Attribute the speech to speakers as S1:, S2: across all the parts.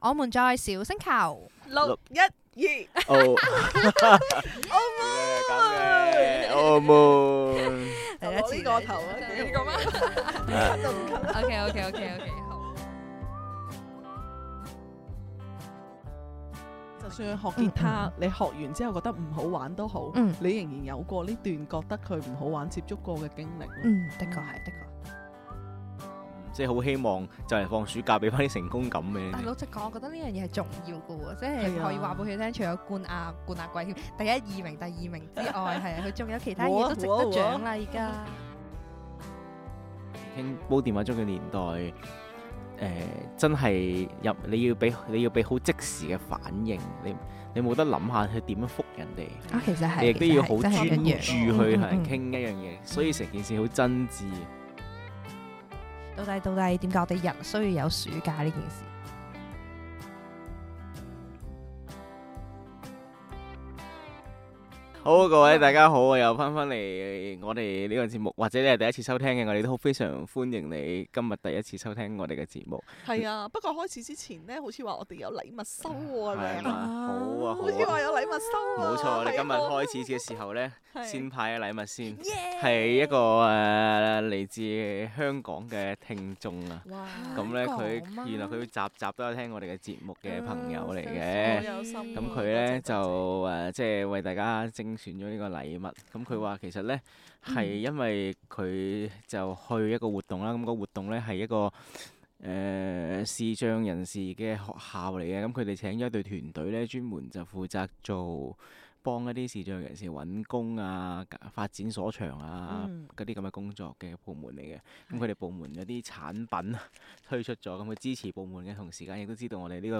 S1: 我們在小星球，
S2: 六
S3: 一二，
S2: 澳咁嘅
S1: 哦
S2: 澳門，
S1: 嚟
S3: 攞呢個頭啊，
S1: 呢個咩
S2: 啊
S3: 都唔及
S1: ？OK OK OK OK，好。
S3: 就算學吉他，你學完之後覺得唔好玩都好，
S1: 嗯
S3: 你仍然有過呢段覺得佢唔好玩、接觸過嘅經歷咯。
S1: 嗯，的確係，的確。
S2: 即係好希望就係放暑假俾翻啲成功感俾你
S1: 但
S2: 哋。
S1: 老實講，我覺得呢樣嘢係重要嘅喎，即
S3: 係
S1: 係
S3: 啊
S1: 可以話俾佢聽，除咗冠亞、冠亞季第一二名、第二名之外，係啊，佢仲有其他嘢都值得獎勵㗎。
S2: 傾煲電話中嘅年代，誒、真係入你要俾你要俾好即時嘅反應，你你冇得諗下佢點樣覆人哋，
S1: 啊，其實係，
S2: 你亦都要好
S1: 真係
S2: 專
S1: 一
S2: 注
S1: 樣
S2: 去
S1: 嗯
S2: 同
S1: 嗯
S2: 人
S1: 嗯
S2: 傾一樣嘢，所以成件事好真摯。
S1: 到底到底點解我哋人需要有暑假呢件事？
S2: 好，各位大家好，我又翻返嚟我哋呢個節目，或者你係第一次收聽嘅，我哋都非常歡迎你今日第一次收聽我哋嘅節目。
S3: 係啊，不過開始之前咧，好似話我哋有禮物收喎，
S2: 係
S3: 靚
S2: 嘛
S3: 啊
S2: 好啊，
S3: 好似
S2: 好啊
S3: 話，有禮物收喎。
S2: 冇錯，我哋今日
S3: 係啊
S2: 開始嘅時候呢，先派禮物先。
S3: 係
S2: 係一個誒嚟自香港嘅聽眾啊，
S3: 哇，
S2: 咁咧
S1: 香港
S2: 佢
S1: 啊
S2: 原來佢集集都有聽我哋嘅節目嘅朋友嚟
S3: 好
S1: 哦
S2: 嘅，
S3: 有心。
S2: 咁佢
S3: 多謝
S2: 咧就
S3: 多謝
S2: 誒即係為大家精選咗呢個禮物，咁佢話其實咧
S3: 嗯
S2: 係因為佢就去一個活動啦，咁個活動咧係一個。誒、視障人士嘅學校嚟嘅，咁佢哋請咗一隊團隊咧，專門就負責做幫一啲視障人士揾工啊、發展所長啊，
S3: 嗯
S2: 嗰啲咁嘅工作嘅部門嚟嘅，咁佢哋部門有啲產品啊 推出咗，咁佢支持部門嘅同時間，亦都知道我哋呢、個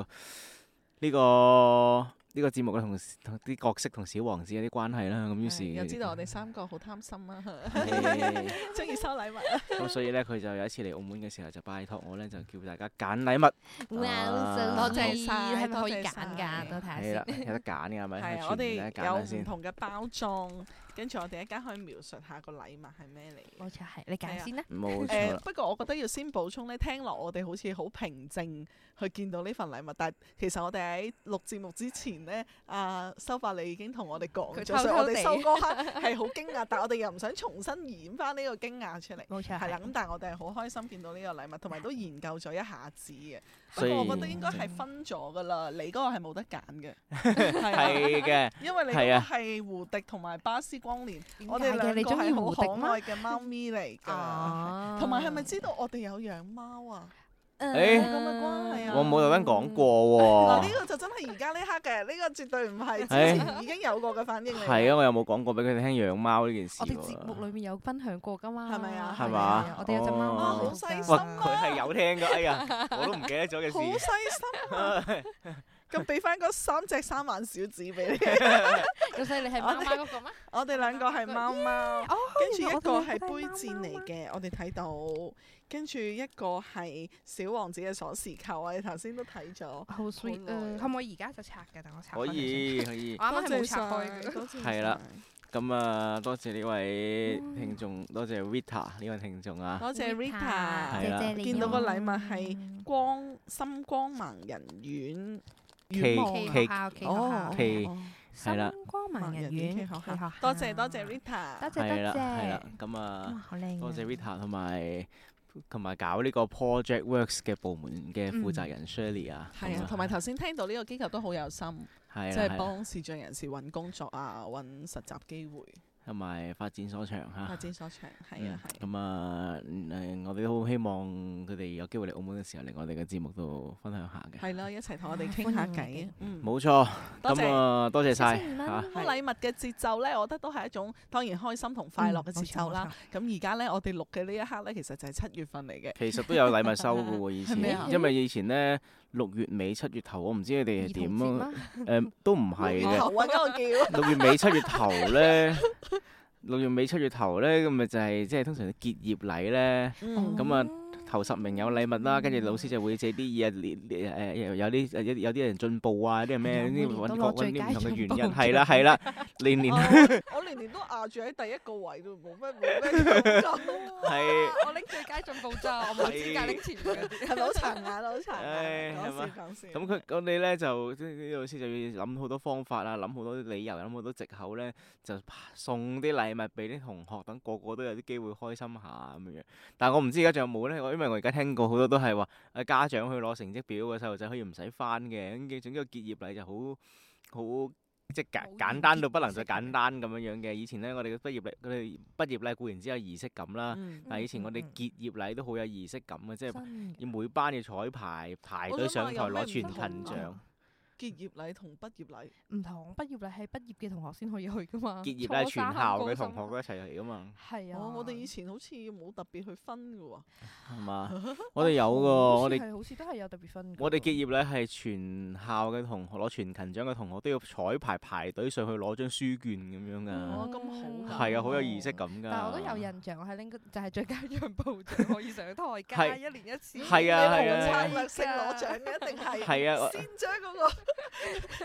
S2: 呢、個呢、個節目嘅同事同啲角色同小王子有啲關係啦，咁於是
S3: 係又 知道我哋三個好貪心啊，
S2: 係
S3: 中意收禮物啊。
S2: 咁所以咧佢就有一次嚟澳門嘅時候就拜託我咧就叫大家揀禮物，
S1: 哇，
S2: 啊
S1: 多
S3: 多謝
S1: 謝
S3: 晒
S1: 晒，係咪可以
S3: 多謝
S1: 揀
S3: 晒
S1: 㗎？都睇下
S2: 係
S1: 先
S2: 啦，。有得揀嘅係
S3: 係
S2: 咪？
S3: 啊，
S2: 全部
S3: 我
S2: 都有得揀啦
S3: 哋有唔
S2: 先。
S3: 同嘅包裝，跟住我哋一間可以描述下個禮物係咩嚟嘅。
S1: 冇錯，係你揀先啦。
S2: 冇
S3: 誒、
S2: 錯
S3: 呃
S2: 啦，
S3: 不過我覺得要先補充咧，聽落我哋好似好平靜去見到呢份禮物，但係其實我哋喺錄節目之前咧，啊修法你已經同我哋講
S1: 佢
S3: 咗，
S1: 偷偷
S3: 所以我哋
S1: 地
S3: 收嗰刻係好驚訝，但係我哋又唔想重新演翻呢個驚訝出嚟。
S1: 冇錯，
S3: 係啦，咁但係我哋係好開心見到呢個禮物，同埋都研究咗一下子嘅。不
S2: 所以
S3: 過我覺得應該係分咗噶啦，你嗰個係冇得揀嘅，係啊
S2: 係嘅。
S3: 因為你
S2: 係
S3: 嗰
S2: 啊
S3: 個係胡迪同埋巴斯光年，
S1: 點
S3: 我哋
S1: 解嘅
S3: 兩個
S1: 你中意
S3: 係
S1: 胡迪
S3: 好可
S1: 嗎？
S3: 愛嘅貓咪嚟
S1: 哦
S3: 㗎。
S1: 啊
S3: 同埋係咪知道我哋有養貓啊？
S1: 誒
S2: 誒
S3: 咁嘅關係啊
S2: 我冇特登講過
S3: 嗱，
S2: 喎。
S3: 呢個就真係而家呢刻嘅，呢個絕對唔係之
S2: 唉
S3: 前已經有過嘅反應嚟。
S2: 係啊，我又冇講過俾佢哋聽養貓呢件事
S1: 我哋
S2: 喎。
S1: 節目裏面有分享過㗎嘛？
S3: 係咪啊
S2: 係嘛
S1: 啊我哋有隻貓
S2: 哦
S1: 貓
S2: 哇好
S3: 細心
S2: 哇！
S3: 啊
S2: 佢係有聽噶，哎 呀，我都唔記得咗嘅
S3: 好細
S2: 事。
S3: 心啊！咁俾翻嗰三隻三眼小指俾 你，
S1: 咁所以你係貓貓嗰個咩？
S3: 我哋兩個係貓貓，
S1: 哦，
S3: 跟住
S1: 原來
S3: 一
S1: 我哋
S3: 個
S1: 兩
S3: 係
S1: 都
S3: 杯
S1: 貓
S3: 墊
S1: 貓
S3: 嚟
S1: 啊。
S3: 嘅，我哋睇到，跟住一個係小王子嘅鎖匙扣啊！你頭先都睇咗，
S1: 好 sweet
S3: 好耐
S1: 啊
S3: 啊
S1: 可唔可以而家就拆嘅？等我拆開
S2: 可
S1: 佢先。
S2: 以可以
S1: 我，啱啱係冇拆開
S3: 多謝晒
S1: 嘅。
S3: 多謝
S2: 係啦
S3: 晒
S2: 咁啊，多謝呢位聽眾，多謝 Vita 呢位聽眾啊，
S3: 嗯多謝 Rita。
S2: 係啦
S1: 謝謝你
S3: 見到個
S1: 啊
S3: 禮物係光心光盲人院院
S2: Cake，
S3: 望
S1: 企
S3: 啊
S1: 學校，企學校，
S2: Cake
S3: 哦
S2: 係啦
S1: 新光盲人院
S3: 盲人院
S1: 企
S3: 企
S1: 學
S3: 學
S1: 校。
S3: 多謝多謝嗯 Rita，
S1: 啊多謝
S2: 係啦
S1: 多
S2: 係
S1: 謝
S2: 啦。，咁
S1: 哇，
S2: 啊，
S1: 好靚啊。
S2: 多謝 Vita 同埋同埋搞呢個 Project Works 嘅部門嘅負責人 Shirley 啊，
S3: 嗯係
S2: 咁
S3: 啊，同埋頭先聽到呢個機構都好有心，
S2: 係
S3: 即
S2: 啦
S3: 係
S2: 係啦，
S3: 幫視障人士揾工作啊，揾實習機會，
S2: 同埋發展所長
S3: 發
S2: 嚇。
S3: 展所長，係
S2: 啊嗯
S3: 啊係。
S2: 咁啊，誒，我哋都好希望佢哋有機會嚟澳門嘅時候嚟我哋嘅節目度分享下嘅。
S3: 係啦，一齊同我哋傾
S1: 歡
S3: 下
S1: 迎
S3: 偈
S1: 你
S3: 啊！嗯，
S2: 冇錯，
S3: 多
S2: 咁
S3: 謝。
S2: 啊，多謝晒
S1: 千二蚊
S2: 嚇。
S3: 咁禮物嘅節奏呢，我覺得都係一種當然開心同快樂嘅節奏
S1: 嗯
S3: 啦。咁而家呢，我哋錄嘅呢一刻呢，其實就係七月份嚟嘅。
S2: 其實都有禮物收嘅 喎，以
S3: 係咩
S2: 前
S3: 啊，
S2: 因為以前咧六月尾七月頭，我唔知你哋
S1: 兒
S2: 係
S1: 童
S2: 點
S1: 節
S2: 啊，
S1: 嗎？
S2: 誒都唔係
S3: 月
S2: 嘅，
S3: 頭啊，嗰個叫。
S2: 六月尾七月頭咧， 六月尾七月頭咧，咁咪就係即係通常啲結業禮咧，
S3: 嗯
S2: 咁啊
S1: 哦
S2: 頭十名有禮物
S1: 嗯
S2: 啦，跟住老師就會借啲嘢列誒有有啲有有啲人進步啊，啲人咩
S1: 係啊每
S2: 呢
S1: 年
S2: 啲
S1: 都
S2: 揾
S1: 攞
S2: 各
S1: 最
S2: 揾啲
S1: 佳
S2: 唔同嘅
S1: 進
S2: 原
S1: 步
S2: 因，
S1: 獎
S2: 係啦係啦，年年
S3: 我我年年都壓住喺第一個位都冇乜冇咩進步
S2: 係。
S1: 我拎最佳進步 咋，我冇資格拎前面嗰
S3: 係咪
S1: 啲。
S3: 好殘眼啊？好殘眼啊，
S2: 唉
S3: 講
S2: 係
S3: 笑
S2: 嘛
S3: 講笑。
S2: 咁佢咁你咧就即係啲老師就要諗好多方法啊，諗好多理由，諗好多藉口咧，就送啲禮物俾啲同學，等個個都有啲機會開心下咁樣。但係我唔知而家仲有冇咧，我因為我而家聽過好多都係話，誒家長去攞成績表嘅細路仔可以唔使翻嘅，跟住總之個結業禮就好好。即係
S1: 好
S2: 簡簡單到不能
S1: 儀式
S2: 再
S1: 感
S2: 簡單咁樣樣嘅。以前咧，我哋嘅畢業禮，佢哋畢業禮固然之有儀式感啦，
S3: 嗯
S2: 但係以前我哋
S1: 嗯嗯嗯
S2: 結業禮都好有儀式感嘅，即係
S1: 真嘅
S2: 要每班要彩排排
S3: 我
S2: 隊
S3: 想
S2: 上
S3: 問
S2: 台
S3: 有咩
S2: 攞
S3: 唔
S2: 全
S3: 同
S2: 勤
S1: 啊
S2: 獎。
S3: 結業禮同畢業禮，
S1: 唔同畢業禮係畢業嘅同學先可以去噶嘛，
S2: 結業咧，
S1: 初
S2: 全
S1: 三
S2: 校
S1: 高
S2: 嘅同
S1: 中
S2: 學都一齊嚟噶嘛，
S1: 係啊，
S3: 哦，我哋以前好似冇特別去分嘅喎。
S2: 係嘛？我哋有
S1: 好
S2: 個，
S1: 似
S2: 我哋
S1: 係好似都係有特別分㗎喎。
S2: 我哋結業咧係全校嘅同學攞全勤獎嘅同學都要彩排排隊上去攞張書卷咁樣
S1: 嗯
S2: 噶，
S3: 哦，咁好㗎。
S2: 係啊，好有儀式感㗎。
S1: 但係我都有印象，我係拎個就係最佳進步獎可以上台階，
S2: 係
S1: 一年一次。
S2: 係啊係啊
S3: 你冇策略性攞獎嘅，一定係。
S2: 係啊我
S3: 先將嗰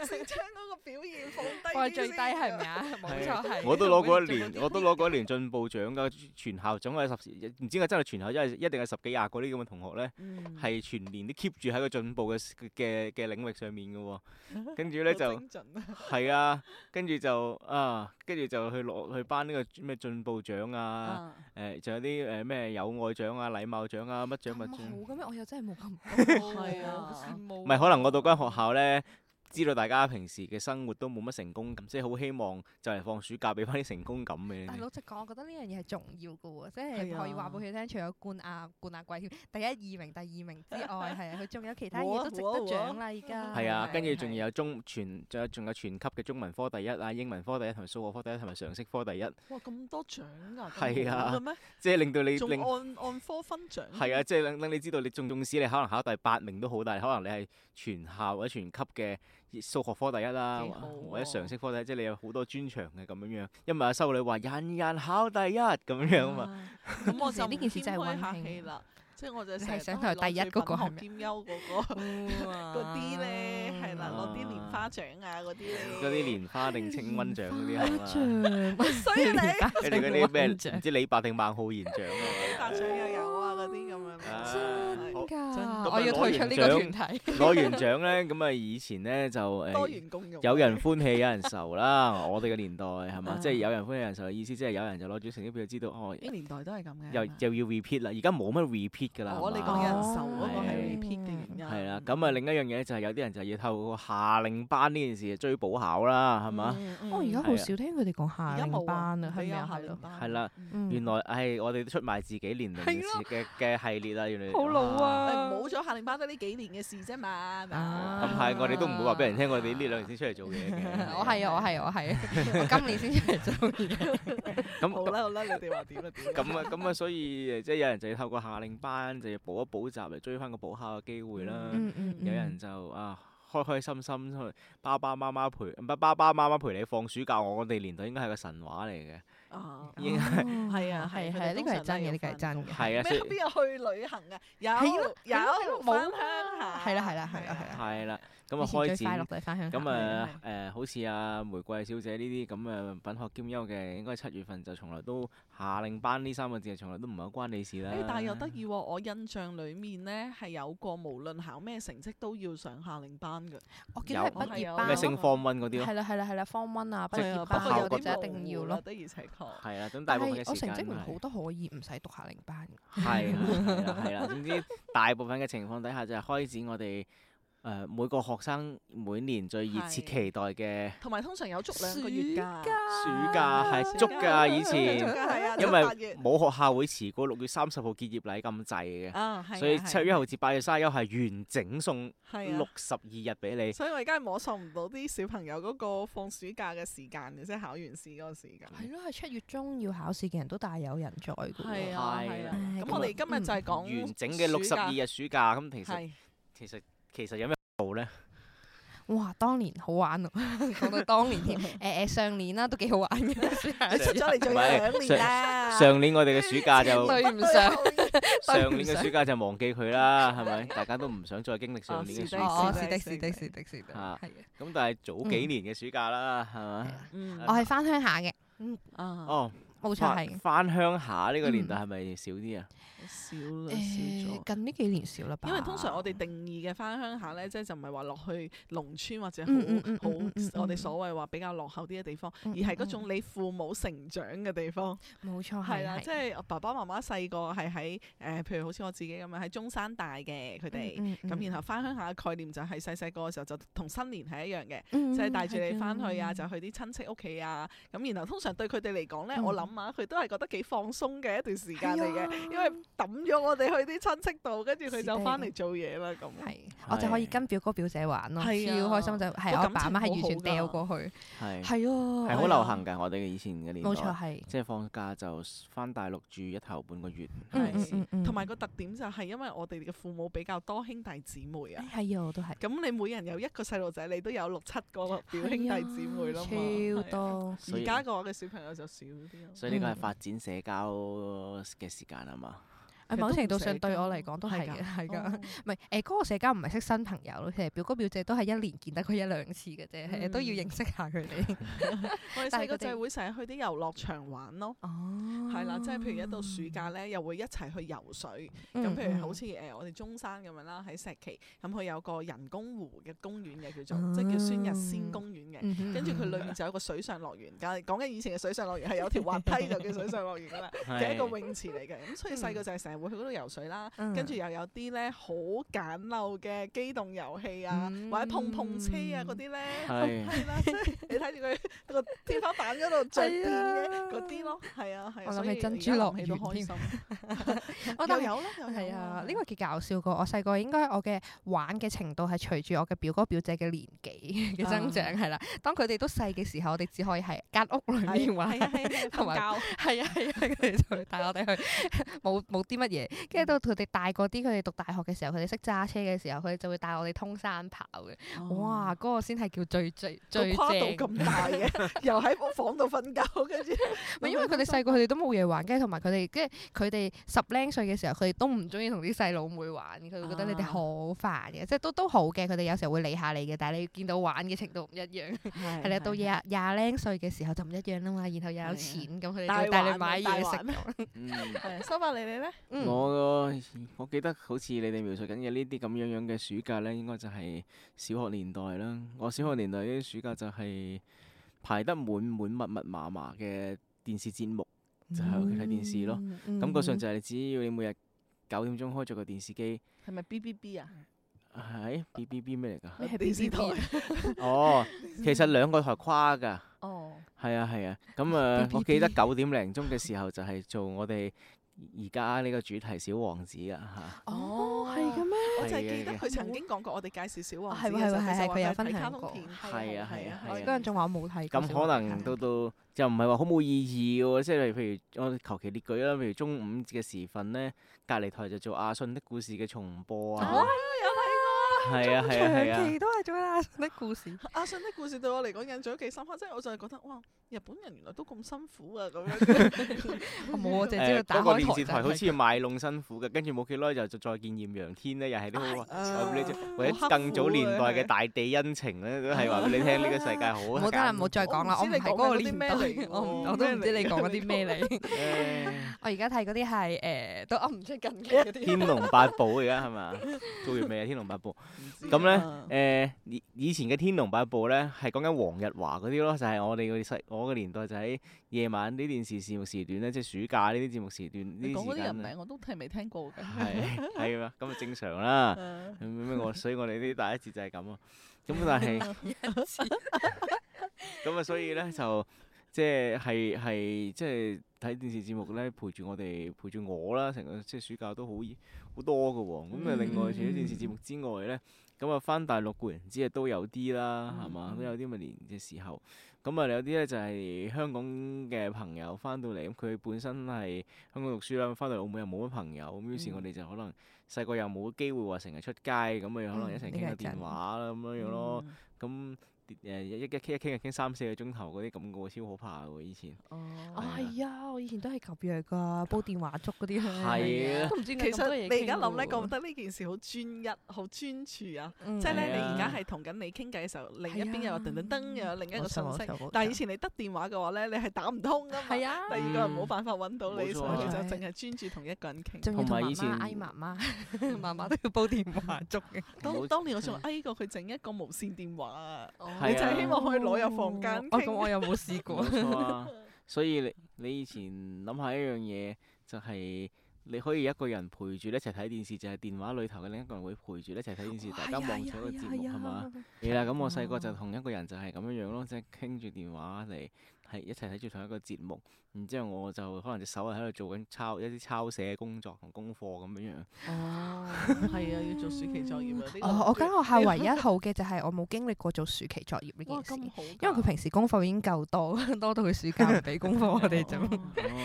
S3: 個，先將嗰個表現放低
S1: 我
S3: 啲
S1: 係最低
S3: 先
S1: 係咪啊？冇
S2: 係
S1: 錯係。
S2: 我都攞過 一
S1: 做
S2: 年，
S1: 啲
S2: 我都攞過一年進步獎㗎。全校總共有十，唔知我真係全校因為一定係十幾廿個呢啲咁嘅同學咧。
S3: 嗯
S2: 係全年都 keep 住喺個進步嘅 s- 嘅嘅領域上面嘅喎、跟住 咧
S3: 好
S2: 就
S3: 精準啊
S2: 係啊，跟住就啊，跟住就去攞去頒呢個咩進步獎啊，
S3: 啊
S2: 誒、仲有啲誒咩友愛獎啊、禮貌獎啊、乜獎
S1: 咁
S2: 乜
S1: 好
S2: 獎，
S1: 嘅咩？我又真係冇咁高喎，
S3: 係啊
S1: 好羨慕。
S2: 唔係可能我到間學校咧。知道大家平時嘅生活都冇乜成功感，即係好希望就嚟放暑假俾翻啲成功感俾 你
S1: 但係
S2: 哋。
S1: 老實講，我覺得呢樣嘢係重要嘅喎，即
S3: 係
S1: 係
S3: 啊
S1: 可以話俾佢聽，除咗冠亞、冠亞季軍第一二名、第二名之外，係啊，佢仲有其他嘢都值
S3: 哇哇
S1: 得獎啦，而家。
S2: 係啊，跟住仲
S1: 係
S2: 有中全，仲有仲有全級嘅中文科第一啊、英文科第一同埋數學科第一同埋常識科第一，
S3: 哇咁多獎㗎，
S2: 係啊
S3: 咁好嘅咩？
S2: 即係令到你
S3: 仲
S2: 令
S3: 按按科分獎，
S2: 係啊，即係令令你知道你中縱使你可能考第八名都好，但係可能你係全校或者全級嘅數學科第一啦，
S3: 幾
S2: 或
S3: 好
S2: 或者常
S3: 喎
S2: 識科第一，即係你有好多專長嘅咁樣樣。因為阿修女話人人考第一咁樣樣啊嘛，
S3: 嘛。咁我就
S1: 呢件事真係
S3: 係
S1: 溫
S3: 客
S1: 馨
S3: 氣啦，即係我就
S1: 你係
S3: 成日
S1: 想
S3: 都係
S1: 同佢第一
S3: 攞住
S1: 嗰個
S3: 品
S1: 係
S3: 學
S1: 咪
S3: 兼優嗰個 嗰啲咧，係啦，攞啲蓮花獎啊嗰啲咧，
S2: 嗰啲蓮花定清瘟獎嗰啲係嘛，
S1: 獎，
S3: 所以你
S2: 跟住嗰啲咩唔知李白定孟浩然獎啊嘛
S3: 白獎又有啊嗰啲咁樣
S2: 啊
S3: 啊，係
S2: 好
S1: 㗎，
S3: 咁
S1: 我
S2: 咪
S1: 要退出呢個
S2: 攞完
S1: 團體。
S2: 攞完獎咧，咁啊以前咧就誒。
S3: 多元共融，
S2: 有人歡喜有人愁啦，我哋嘅年代係嘛，即係
S3: 啊
S2: 有人歡喜有人愁嘅意思，即係有人就攞住成績表就知道哦，
S3: 啲年代都係咁嘅，
S2: 又
S3: 係嘛哦
S2: 又要 repeat 啦，而家冇乜 repeat 㗎啦。
S3: 我
S2: 係
S3: 你
S2: 嘛
S3: 講有
S1: 哦
S3: 人受嗰個係
S2: 係
S3: repeat 嘅原因，
S2: 係啦，咁啊另一樣嘢就係有啲人就要透過夏令班呢件事追補考啦，係嘛？
S3: 嗯？嗯
S1: 我哦而家
S2: 係
S1: 好
S2: 啊
S1: 少聽佢哋講
S3: 而
S1: 下
S3: 家
S1: 令
S3: 冇啊
S1: 班啊，係
S3: 你
S1: 咪
S3: 有
S1: 啊？
S3: 夏
S1: 係
S3: 令
S1: 咯，
S3: 班
S2: 係啦，
S1: 嗯
S2: 原來唉，我哋都出賣自己年齡嘅
S1: 係
S2: 事
S1: 咯
S2: 嘅嘅系列啦，原來
S1: 好老啊
S3: 誒冇咗夏令班都呢幾年嘅事啫嘛，係咪
S2: 咁
S1: 啊
S2: 係我哋都唔會話俾人聽，我哋
S3: 啊
S2: 呢兩年先出嚟做 嘢嘅。
S1: 我係啊，我係啊，我 係啊，我今年先出嚟做嘢。
S3: 好
S2: 咁
S3: 啦好啦，你哋話點啦點啦
S2: 咁啊，咁啊，所以誒，即係有人就要透過夏令班，就要補一補習嚟追翻個補考嘅機會啦。
S1: 嗯嗯，
S2: 有人就啊，開開心心去爸爸媽媽陪，唔係爸爸媽媽陪你放暑假。我哋年代應該係個神話嚟嘅，
S3: 啊
S2: 已經
S1: 係
S3: 係啊係
S1: 係哦
S3: 佢
S1: 係，
S3: 哋
S1: 呢
S3: 通
S1: 個係
S3: 常都
S1: 真
S3: 係
S1: 嘅，
S3: 要
S1: 呢個係
S3: 返
S1: 真
S3: 工
S1: 嘅。
S2: 係啊，所
S3: 咩
S2: 以
S3: 邊個去旅行啊？有
S1: 係咯
S3: 有
S1: 係咯
S3: 翻
S1: 冇
S3: 鄉下，
S1: 係啦係啦係啦係啦。
S2: 係啦，咁啊
S1: 以前
S2: 開
S1: 最快樂
S2: 展。
S1: 就係翻鄉下。
S2: 咁
S3: 係
S2: 啊誒，好似阿玫瑰小姐呢啲咁嘅品學兼優嘅，應該七月份就從來都夏令班呢三個字，係從來都唔係好關你事啦。
S3: 誒，但係
S2: Dạ.
S3: 又得意喎！我印象裡面咧係有個無論考咩成績都要上夏令班嘅，
S1: 我記得係畢業班咯。
S2: 咩升 form one 嗰啲咯，
S1: 係啦係啦係啦，form one 啊，畢
S3: 係
S1: 業
S3: 啊
S1: 班
S2: 不
S1: 嗰
S2: 過有
S1: 啲
S2: 啲
S1: 就一定要
S3: 模糊啦
S1: 咯。
S3: 的而且確。
S2: 係啦，咁大
S1: 但
S2: 部分
S1: 係
S2: 嘅
S1: 我
S2: 時
S1: 成
S2: 間
S1: 績
S2: 都
S1: 唔
S2: 係
S1: 好都可以唔使讀夏令班。
S2: 係啦，係啦，係啦。總之，大部分嘅情況底下就係開展我哋誒、呃每個學生每年最熱切
S3: 係
S2: 期待嘅
S3: 同埋通常有足兩個月假，
S2: 暑假係足㗎，以
S3: 足
S2: 前
S3: 㗎係啊，
S2: 因
S3: 七八月
S2: 為冇學校會遲過六月三十號結業禮咁滯嘅，
S3: 啊，係啊
S2: 所以
S3: 係啊
S2: 七月一號至八月三十一號係完整送
S3: 係啊
S2: 六十二日俾你。
S3: 所以我而家係摸索唔到啲小朋友嗰個放暑假嘅時間嘅，即係考完試嗰個時間。
S1: 係咯，係七月中要考試嘅人都大有人在㗎喎。
S3: 係啊，係啊。
S1: 唉嗯
S3: 咁我哋今日就係講
S2: 完整嘅六十二日暑假，咁其實
S3: 係
S2: 其實其實有咩好咧？
S1: 哇，當年好玩啊！ 講到當年 添，誒誒、上年啦都幾好玩嘅，
S3: 你出咗嚟仲有兩年啦，
S2: 上年我哋嘅暑 假 就
S1: 對唔上，
S2: 上年嘅暑假就忘記佢啦，係咪？大家都唔想再經歷上年 嘅暑
S1: 哦，
S2: 假。
S1: 是的，是的，是的，是的，
S2: 啊
S1: 係嘅，
S2: 咁但係早幾年嘅暑假啦，係咪？
S3: 嗯
S1: 我係翻鄉下嘅，
S3: 啊，
S2: 哦，
S1: 冇錯係嗯
S2: 翻
S1: 嘅。
S2: 翻鄉下呢個年代係咪少啲啊？
S3: 少啦，少
S1: 誒，。
S3: 咗
S1: 近呢幾年少啦吧？
S3: 因為通常我哋定義嘅翻鄉下咧，即係就唔係話落去農村或者好
S1: 嗯嗯嗯
S3: 好
S1: 嗯嗯嗯
S3: 我哋所謂話比較落後啲嘅地方，而
S1: 嗯
S3: 係嗰
S1: 嗯
S3: 種你父母成長嘅地方。
S1: 冇錯
S3: 係
S1: 係
S3: 啦，即
S1: 係
S3: 係爸爸媽媽細個係喺誒，譬如好似我自己咁樣喺中山大嘅佢哋，
S1: 嗯嗯
S3: 咁
S1: 嗯
S3: 然後翻鄉下嘅概念就係細細個嘅時候就同新年係一樣嘅。
S1: 嗯
S3: 即係帶
S1: 係
S3: 住你翻去啊，
S1: 嘅
S3: 就去啲親戚屋企啊，咁然後通常對佢哋嚟講咧，
S1: 嗯
S3: 我諗啊，佢都係覺得幾放鬆嘅一段時間嚟
S1: 係啊
S3: 嘅，因為抌咗我哋去啲親戚度，跟住佢
S1: 是
S3: 就
S1: 的
S3: 翻嚟做嘢啦咁。
S1: 係，我就可以跟表哥表姐玩咯，超
S3: 係啊
S1: 開心就係我阿爸阿媽
S3: 啊
S1: 係完全掉過去，
S2: 係
S1: 係啊，
S2: 係好流行㗎，我哋嘅以前嘅年代。
S1: 冇錯係，
S2: 即係放假就翻大陸住一頭半個月。
S1: 嗯
S3: 係
S1: 嗯嗯嗯，
S3: 同埋個特點就係因為我哋嘅父母比較多兄弟姊妹啊
S1: 誒，係啊，我都係
S3: 咁你每人有一個細路仔，你都有六七個表兄弟姊妹啦嘛。
S1: 係啊超
S3: 係啊
S1: 多，
S2: 所
S3: 而
S2: 以
S3: 家嘅話嘅小朋友就少啲咯。
S2: 所以呢個係
S1: 嗯
S2: 發展社交嘅時間啊 嘛。
S1: 誒某程度上對我嚟講都係
S3: 係
S1: 嘅，
S3: 㗎
S1: 係㗎。
S3: 哦
S1: 唔係誒嗰個社交唔係識新朋友咯，其實表哥表姐都係一年見得佢一兩次嘅啫，係都要
S3: 嗯
S1: 認識下佢哋。
S3: 我哋
S1: 但係
S3: 細個
S1: 佢哋
S3: 就係會成日去啲遊樂場玩咯。
S1: 哦，
S3: 係啦，即係譬如一到暑假咧，又會一齊去游水。咁
S1: 嗯
S3: 譬如好
S1: 嗯
S3: 似誒我哋中山咁樣啦，喺石岐，咁佢有個人工湖嘅公園嘅叫做，即係叫孫日仙公園嘅。
S1: 啊嗯哼
S3: 跟住佢
S1: 嗯
S3: 裏面就有個水上樂園，梗係講緊以前嘅水上樂園係有條滑梯就叫水上樂 園㗎啦，嘅一個泳池嚟嘅。咁所以細個就係成日會去嗰度游水啦，
S1: 嗯
S3: 跟住又有啲咧好簡陋嘅機動遊戲啊，
S1: 嗯
S3: 或者碰碰車啊嗰啲咧。
S2: 係
S3: 係啦，即係你睇住佢個天花板嗰度着電嘅
S1: 係啊
S3: 嗰啲咯，係啊係啊。
S1: 我諗
S3: 所
S1: 起
S3: 以
S1: 珍
S3: 而
S1: 珠
S3: 家
S1: 樂
S3: 諗起都
S1: 園添
S3: 開心。
S1: 我
S3: 又
S1: 但係
S3: 有啦，又有
S1: 係啊，呢
S3: 個
S1: 個幾搞笑噶。我細個應該我嘅玩嘅程度係隨住我嘅表哥表姐嘅年紀
S3: 啊
S1: 嘅增長係啦。當佢哋都細嘅時候，我哋只可以喺間屋裏面玩。
S3: 係啊 係啊，
S1: 同埋
S3: 瞓覺
S1: 係啊 係啊，佢哋就會帶我哋去，冇冇啲乜嘢。跟
S3: 嗯
S1: 住到佢哋大個啲，佢哋讀大學嘅時候，佢哋識揸車嘅時候，佢哋就會帶我哋通山跑嘅。哇！嗰、個先係叫最最最
S3: 哦個跨度
S1: 正。
S3: 咁大 嘅，又喺個房度瞓覺，跟住
S1: 唔係因為佢哋細個，佢哋都冇嘢玩，跟住同埋佢哋，跟住佢哋十零歲嘅時候，佢哋都唔中意同啲細佬妹玩，佢會覺得你哋
S3: 啊
S1: 好煩嘅，即係都都好嘅。佢哋有時候會理下你嘅，但係你見到玩嘅程度唔一樣。係
S3: 係
S1: 啦，到廿廿零歲嘅時候就唔一樣啦嘛，然後又有
S3: 係啊
S1: 錢，咁佢哋就
S3: 大
S1: 會嗯帶
S3: 玩
S1: 你買嘢食
S3: 大玩
S1: 咁。
S2: 嗯
S3: 係收翻你你咧，
S1: 嗯，
S2: 我個我記得好似你哋描述緊嘅呢啲咁樣樣嘅暑假呢，應該就係小學年代啦。我小學年代呢啲暑假就係排得滿滿密密麻麻嘅電視節目，就喺屋企睇電視咯。
S1: 嗯
S2: 感覺上就係只要你每日九點鐘開咗個電視機，
S3: 係咪 B B B 啊？
S2: 係 B B B 咩嚟㗎？
S1: 咩係
S3: 電視
S1: BBB
S3: 台
S2: 哦，其實兩個台跨㗎。
S3: 哦，
S2: 係啊係啊，咁啊，我記得
S1: PPT
S2: 九點零鐘嘅時候就係做我哋而家呢個主題小王子啊
S1: 哦，係嘅咩？
S3: 我就係
S2: 係嘅
S3: 記得
S2: 係嘅
S3: 佢曾經講過，我哋介紹小王子
S1: 係
S3: 嘅
S1: 喎
S3: 時候，
S1: 係喎
S3: 佢
S1: 係
S3: 就
S1: 係
S3: 話
S1: 佢有
S3: 睇
S1: 分享
S3: 卡通
S1: 過
S3: 片
S2: 係啊係啊係啊
S1: 我
S3: 係
S1: 嗰陣仲話我冇睇
S2: 嚇，
S1: 過。
S2: 咁可能到到又唔係話好冇意義喎，即係譬如我求其列舉啦，譬如中午嘅時分咧，隔離台就做阿信的故事嘅重播
S1: 啊
S2: 啊，係啊係啊係
S1: 長
S2: 啊
S1: 期，都係做啦，啲故事。
S3: 阿信的故事對我嚟講印象都幾深刻，即係我就係覺得哇，日本人原來都咁辛苦啊 咁樣。
S1: 我冇，我淨係知道
S2: 誒
S1: 打
S2: 嗰個電
S1: 開
S2: 視
S1: 台
S2: 台好
S1: 就係
S2: 似要賣弄辛苦嘅，跟住冇幾耐就就再見豔陽天咧，又係啲好話俾你聽，或者更
S1: 啊
S2: 早年代嘅大地恩情咧，都係話俾你聽呢個世界好
S1: 唔好得啦，唔好再講啦，我
S3: 我
S1: 唔
S3: 唔
S1: 係
S3: 知
S1: 嗰個
S3: 你
S1: 年
S3: 講緊
S1: 代
S3: 嗰啲咩嚟，喎
S1: 我唔我都唔知你講嗰啲咩嚟。
S2: 誒
S1: 我而家睇嗰啲係誒，都啊噏唔出近期嗰啲。
S2: 天龍八部而家係 嘛？做完未啊？天龍八部咁
S1: 啊
S3: 呢，
S2: 咧，誒以以前嘅天龍八部咧係講緊黃日華嗰啲咯，就係、我哋嗰啲細我嘅年代就喺夜晚啲電視節目時段咧，即係暑假呢啲節目時段呢
S3: 你講
S2: 啲
S3: 嗰
S2: 時
S3: 啲人
S2: 間
S3: 名
S2: 呢，
S3: 我都係未聽過嘅。
S2: 係係啊，咁啊正常啦。
S3: 嗯
S2: 咁咩我所以我哋呢第一節就係咁啊。咁但係咁啊，所以咧就即係係係即係睇電視節目咧，陪住我哋陪住我啦，成個即係暑假都好好多嘅喎。咁啊，另外除咗電視節目之外咧，咁咁啊翻大陸固然之係都有啲啦，係嘛、
S3: 嗯嗯
S2: 都有啲咪年嘅時候，咁啊有啲咧就係香港嘅朋友翻到嚟，咁佢本身係香港讀書啦，翻到嚟澳門又冇乜朋友，咁於是
S3: 嗯
S2: 我哋就可能細個又冇機會話成日出街，咁啊可能一齊
S1: 嗯呢個
S2: 傾下
S1: 係真
S2: 電話啦咁樣樣
S1: 哦
S2: 咯，
S3: 嗯
S2: 咁誒一一傾一傾就傾三四個鐘頭嗰啲咁嘅喎，超可怕嘅喎以前。
S3: 嗯。
S1: 哦，
S3: 哦
S2: 係啊
S1: 係啊，我以前都係咁樣噶，煲電話粥嗰啲都唔知點解嗯咁多嘢傾喎
S3: 其實你而家諗咧，
S2: 係啊
S3: 覺得呢件事好專一、好專注啊！
S1: 嗯
S3: 即係
S2: 係
S3: 咧，你
S2: 啊
S3: 而家係同緊你傾偈嘅時候，另一邊
S1: 係
S3: 又
S1: 啊
S3: 噔噔噔，又有另一個
S1: 冇錯
S3: 信
S1: 冇
S3: 息
S1: 錯冇。
S3: 但係
S1: 錯
S3: 以前你得電話嘅話咧，你係打唔通噶嘛。
S1: 係啊
S3: 第，二個人
S2: 嗯
S3: 冇辦法揾到
S2: 冇
S3: 你，
S2: 錯
S3: 所以你就
S1: 係
S3: 淨係專注同一個人傾。
S1: 仲要
S2: 同
S1: 同
S2: 埋以
S1: 媽
S2: 前
S1: 媽嗌媽媽， 媽媽都要煲電話粥嘅。
S3: 當
S2: 冇
S3: 當年我仲嗌過佢整一個無線電話啊，
S2: 係
S3: 你就
S2: 啊
S3: 係希望可以攞入房間
S1: 哦哦，咁
S3: 傾。
S1: 我又冇試過
S2: 冇。錯 啊，所以你你以前諗下一樣嘢，就係、你可以一個人陪住你一齊睇電視，就係、電話裏頭嘅另一個人會陪住你一齊睇電視，大家
S1: 啊
S2: 望住一個節哦目係啊嘛？？係啦，咁我細個就同一個人就係咁樣樣咯，即係傾住電話嚟，係一齊睇住同一個節目，然之後我就可能隻手係喺度做緊抄一啲抄寫工作同功課咁樣樣。
S3: 哦，係啊，要做暑期作業啊！呢個
S1: 哦，我間學校唯一好嘅就係我冇經歷過做暑期作業呢
S3: 哇
S1: 件事，
S3: 咁好㗎，
S1: 因為佢平時功課已經夠多，多到佢暑假唔俾功課我哋就。
S3: 哦
S1: 呢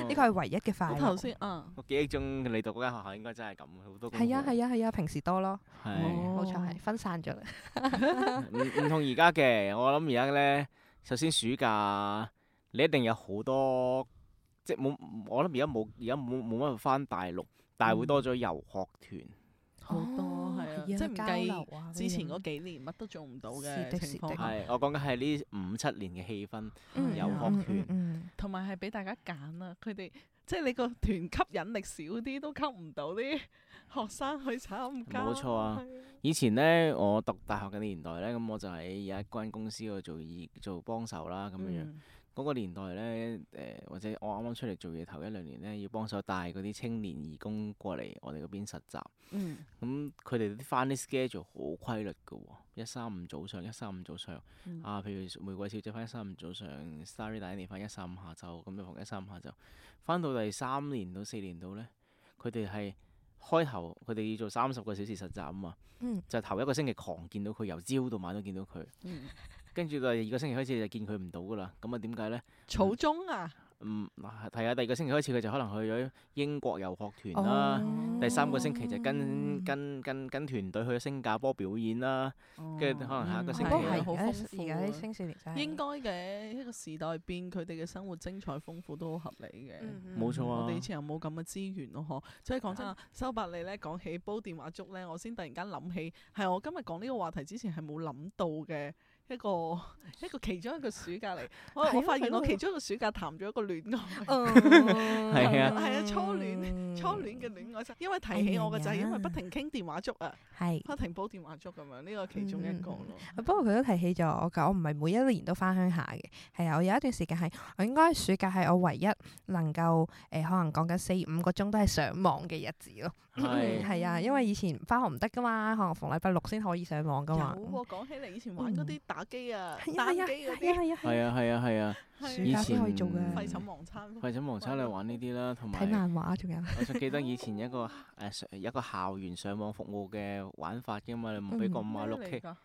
S2: 呢
S1: 個係唯一嘅快
S3: 我
S1: 樂。
S3: 頭先啊，
S2: 我記憶中你讀嗰間學校應該真係咁，好多功課。
S1: 係啊哦係啊係啊，平時多咯，
S2: 係。
S1: 冇錯
S3: 哦
S1: 係分散咗啦。
S2: 唔唔同而家嘅，我諗而家咧，首先暑假你一定有好多，即係冇，我諗而家冇，而家冇冇乜翻大陸，但係
S1: 嗯
S2: 會多咗遊學團。
S3: 好多
S1: 哦
S3: 係啊，即係唔計
S1: 計
S3: 之前嗰幾年乜都做唔到
S1: 是的
S3: 嘅情
S1: 是的
S3: 況下，
S2: 係、我講緊係呢五七年嘅氣氛，
S3: 嗯
S2: 遊學
S1: 嗯
S2: 團。
S1: 嗯嗯
S3: 同埋係俾大家揀啊！佢哋即係你個團吸引力少啲，都吸唔到啲學生去參加。
S2: 冇錯啊
S3: 係！
S2: 以前咧，我讀大學嘅年代咧，咁我就喺有一間公司度做義做幫手啦，咁樣樣。
S3: 嗯
S2: 嗰個年代咧，誒、或者我啱啱出嚟做嘢頭一兩年咧，要幫手帶嗰啲青年義工過嚟我哋嗰邊實習。
S3: 嗯
S2: 咁佢哋啲翻啲 schedule 好規律嘅喎，一三五早上，一三五早上、
S3: 嗯
S2: 啊，譬如玫瑰小姐翻一三五早上，Starry 大你翻一三五下晝，咁就逢一三五下晝。翻到第三年到四年度呢，佢哋係開頭佢哋要做三十個小時實習啊嘛，
S1: 嗯
S2: 就頭一個星期狂見到佢，由朝到晚都見到佢，
S3: 嗯，
S2: 跟住第二個星期開始就見佢唔到噶啦。咁啊點解呢？
S3: 草中啊，
S2: 嗯，係啊，第二個星期開始佢就可能去咗英國遊學團啦。
S1: 哦
S2: 第三個星期就跟跟跟跟團隊去咗新加坡表演啦，嗯跟住可能下一個星
S1: 嗯
S2: 期
S1: 不過係
S2: 呢
S3: 好
S1: 而
S3: 豐
S1: 家
S3: 富
S1: 而家
S3: 啊
S1: 啲青少年真係
S3: 應該嘅，一個時代變，佢哋嘅生活精彩豐富都好合理嘅。
S1: 嗯
S2: 冇錯啊
S3: 我哋以前又冇咁嘅資源咯，嗬！即係講真啊，修伯你咧講起煲電話粥咧，我先突然間諗起，係我今日講呢個話題之前係冇諗到嘅一 個一個其中一個暑假 嚟。我
S1: 係啊
S3: 我發現
S1: 係咯
S3: 我
S1: 係
S3: 其
S1: 咯
S3: 中一個暑假談咗一個戀愛，
S1: 係
S2: 係啊
S3: 係啊 初戀初戀嘅戀愛就因為提起我嘅就係因為不停傾電話粥啊，
S1: 係。
S3: 不停煲電話粥咁樣，呢個其中一個咯。
S1: 不過佢都提起咗我㗎，我唔係每一年都翻鄉下嘅，係啊，我有一段時間係我應該暑假係我唯一能夠誒、呃可能講緊四五個鐘都係上網嘅日子咯。
S2: 係
S1: 係啊，因為以前翻學唔得噶嘛，可能逢禮拜六先可以上網
S3: 有
S1: 噶嘛。
S3: 喎，講起嚟以前玩嗰啲打機啊、
S1: 啊係啊
S3: 單
S1: 係啊
S3: 機
S1: 係
S3: 嗰
S1: 啊係
S3: 啲，
S1: 啊
S2: 係
S1: 係啊，
S2: 啊係啊係啊，
S1: 暑
S3: 係
S1: 假
S3: 啊
S1: 先
S2: 以前
S1: 可以做㗎
S3: 廢寢忘餐。
S2: 廢寢忘餐嚟玩呢啲啦，同
S1: 睇
S2: 埋
S1: 漫畫仲有。
S2: 我仲記得以前一個誒上有一個校園上網服務嘅玩法嘅嘛，你唔俾個五
S3: 咩
S2: 馬六
S3: 嚟
S2: K，
S3: 㗎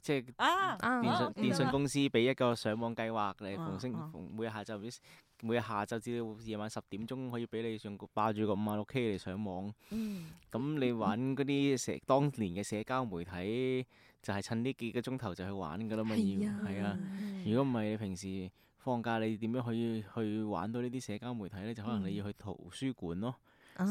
S2: 即係
S3: 啊！
S1: 嗯啊
S2: 電
S3: 我
S2: 信
S3: 記得
S2: 電信
S3: 啦
S2: 公司俾一個上網計劃你逢星
S3: 啊啊
S2: 逢每日下晝唔知每日下晝至到夜晚十點鐘可以俾你用個霸住個五馬六 K 嚟上網。
S3: 嗯，
S2: 咁你玩嗰啲社當年嘅社交媒體，就係趁呢幾個鐘頭就去玩噶啦嘛，要係啊。如果唔係，你平時放假你點樣可以去玩到呢啲社交媒體呢？就可能你要去圖書館咯，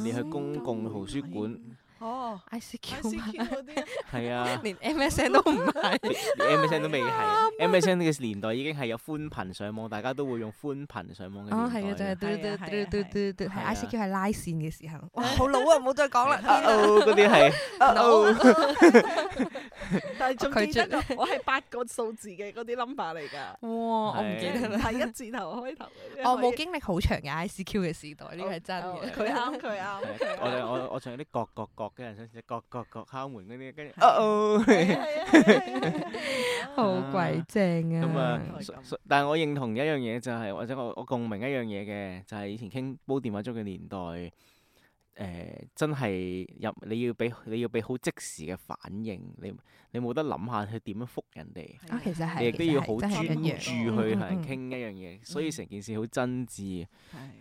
S2: 你去公共圖書館，
S3: 哦
S1: 啊 I C Q
S3: ，ICQ 嗰啲啊
S2: 係啊
S1: 連 M S N 都唔 係。啊
S2: ，MSN 都未係，MSN 嘅年代已經係有寬頻上網，大家都會用寬頻上網
S1: 哦，
S2: 嘅
S1: 係
S2: 年
S1: 嘅，就
S2: 代
S1: 係
S2: 嘅。
S1: 嘟嘟嘟嘟嘟嘟，係
S2: 係啊
S1: I C Q 係拉線嘅時候。哇，好老啊，唔好再講啦。
S2: 啊哦，嗰啲係啊哦，
S3: 但係仲記
S1: 拒絕
S3: 得㗎我係八個數字嘅嗰啲 number 嚟㗎，
S1: 哇，我唔
S2: 係
S1: 記得啦。
S3: 係一字頭開頭 嘅。
S1: 我冇經歷好長嘅 I C Q 嘅時代，呢個係真
S3: 哦
S1: 嘅。
S3: 佢啱佢啱佢
S2: 係啊我
S3: 啱。
S2: 哋我我仲有啲角角角嘅人想角角角敲門嗰啲，跟住
S1: 係
S2: 啊哦。
S3: 係啊係啊係啊係啊
S1: 好鬼正啊！
S2: 咁啊
S3: 係，
S2: 所
S3: 咁
S2: 所但係我認同一樣嘢就係、或者我我共鳴一樣嘢嘅，就係、以前傾煲電話粥嘅年代，誒、誒真係入你要俾你要俾好即時嘅反應，你你冇得諗下佢點樣覆人哋。
S3: 係
S1: 啊，其實係，
S2: 你亦都要
S1: 其實
S2: 好
S1: 係
S2: 專
S1: 真係
S2: 注
S1: 一樣
S2: 去
S3: 嗯
S2: 同人
S1: 嗯
S2: 傾一樣嘢，所以
S3: 嗯
S2: 成件事好真摯。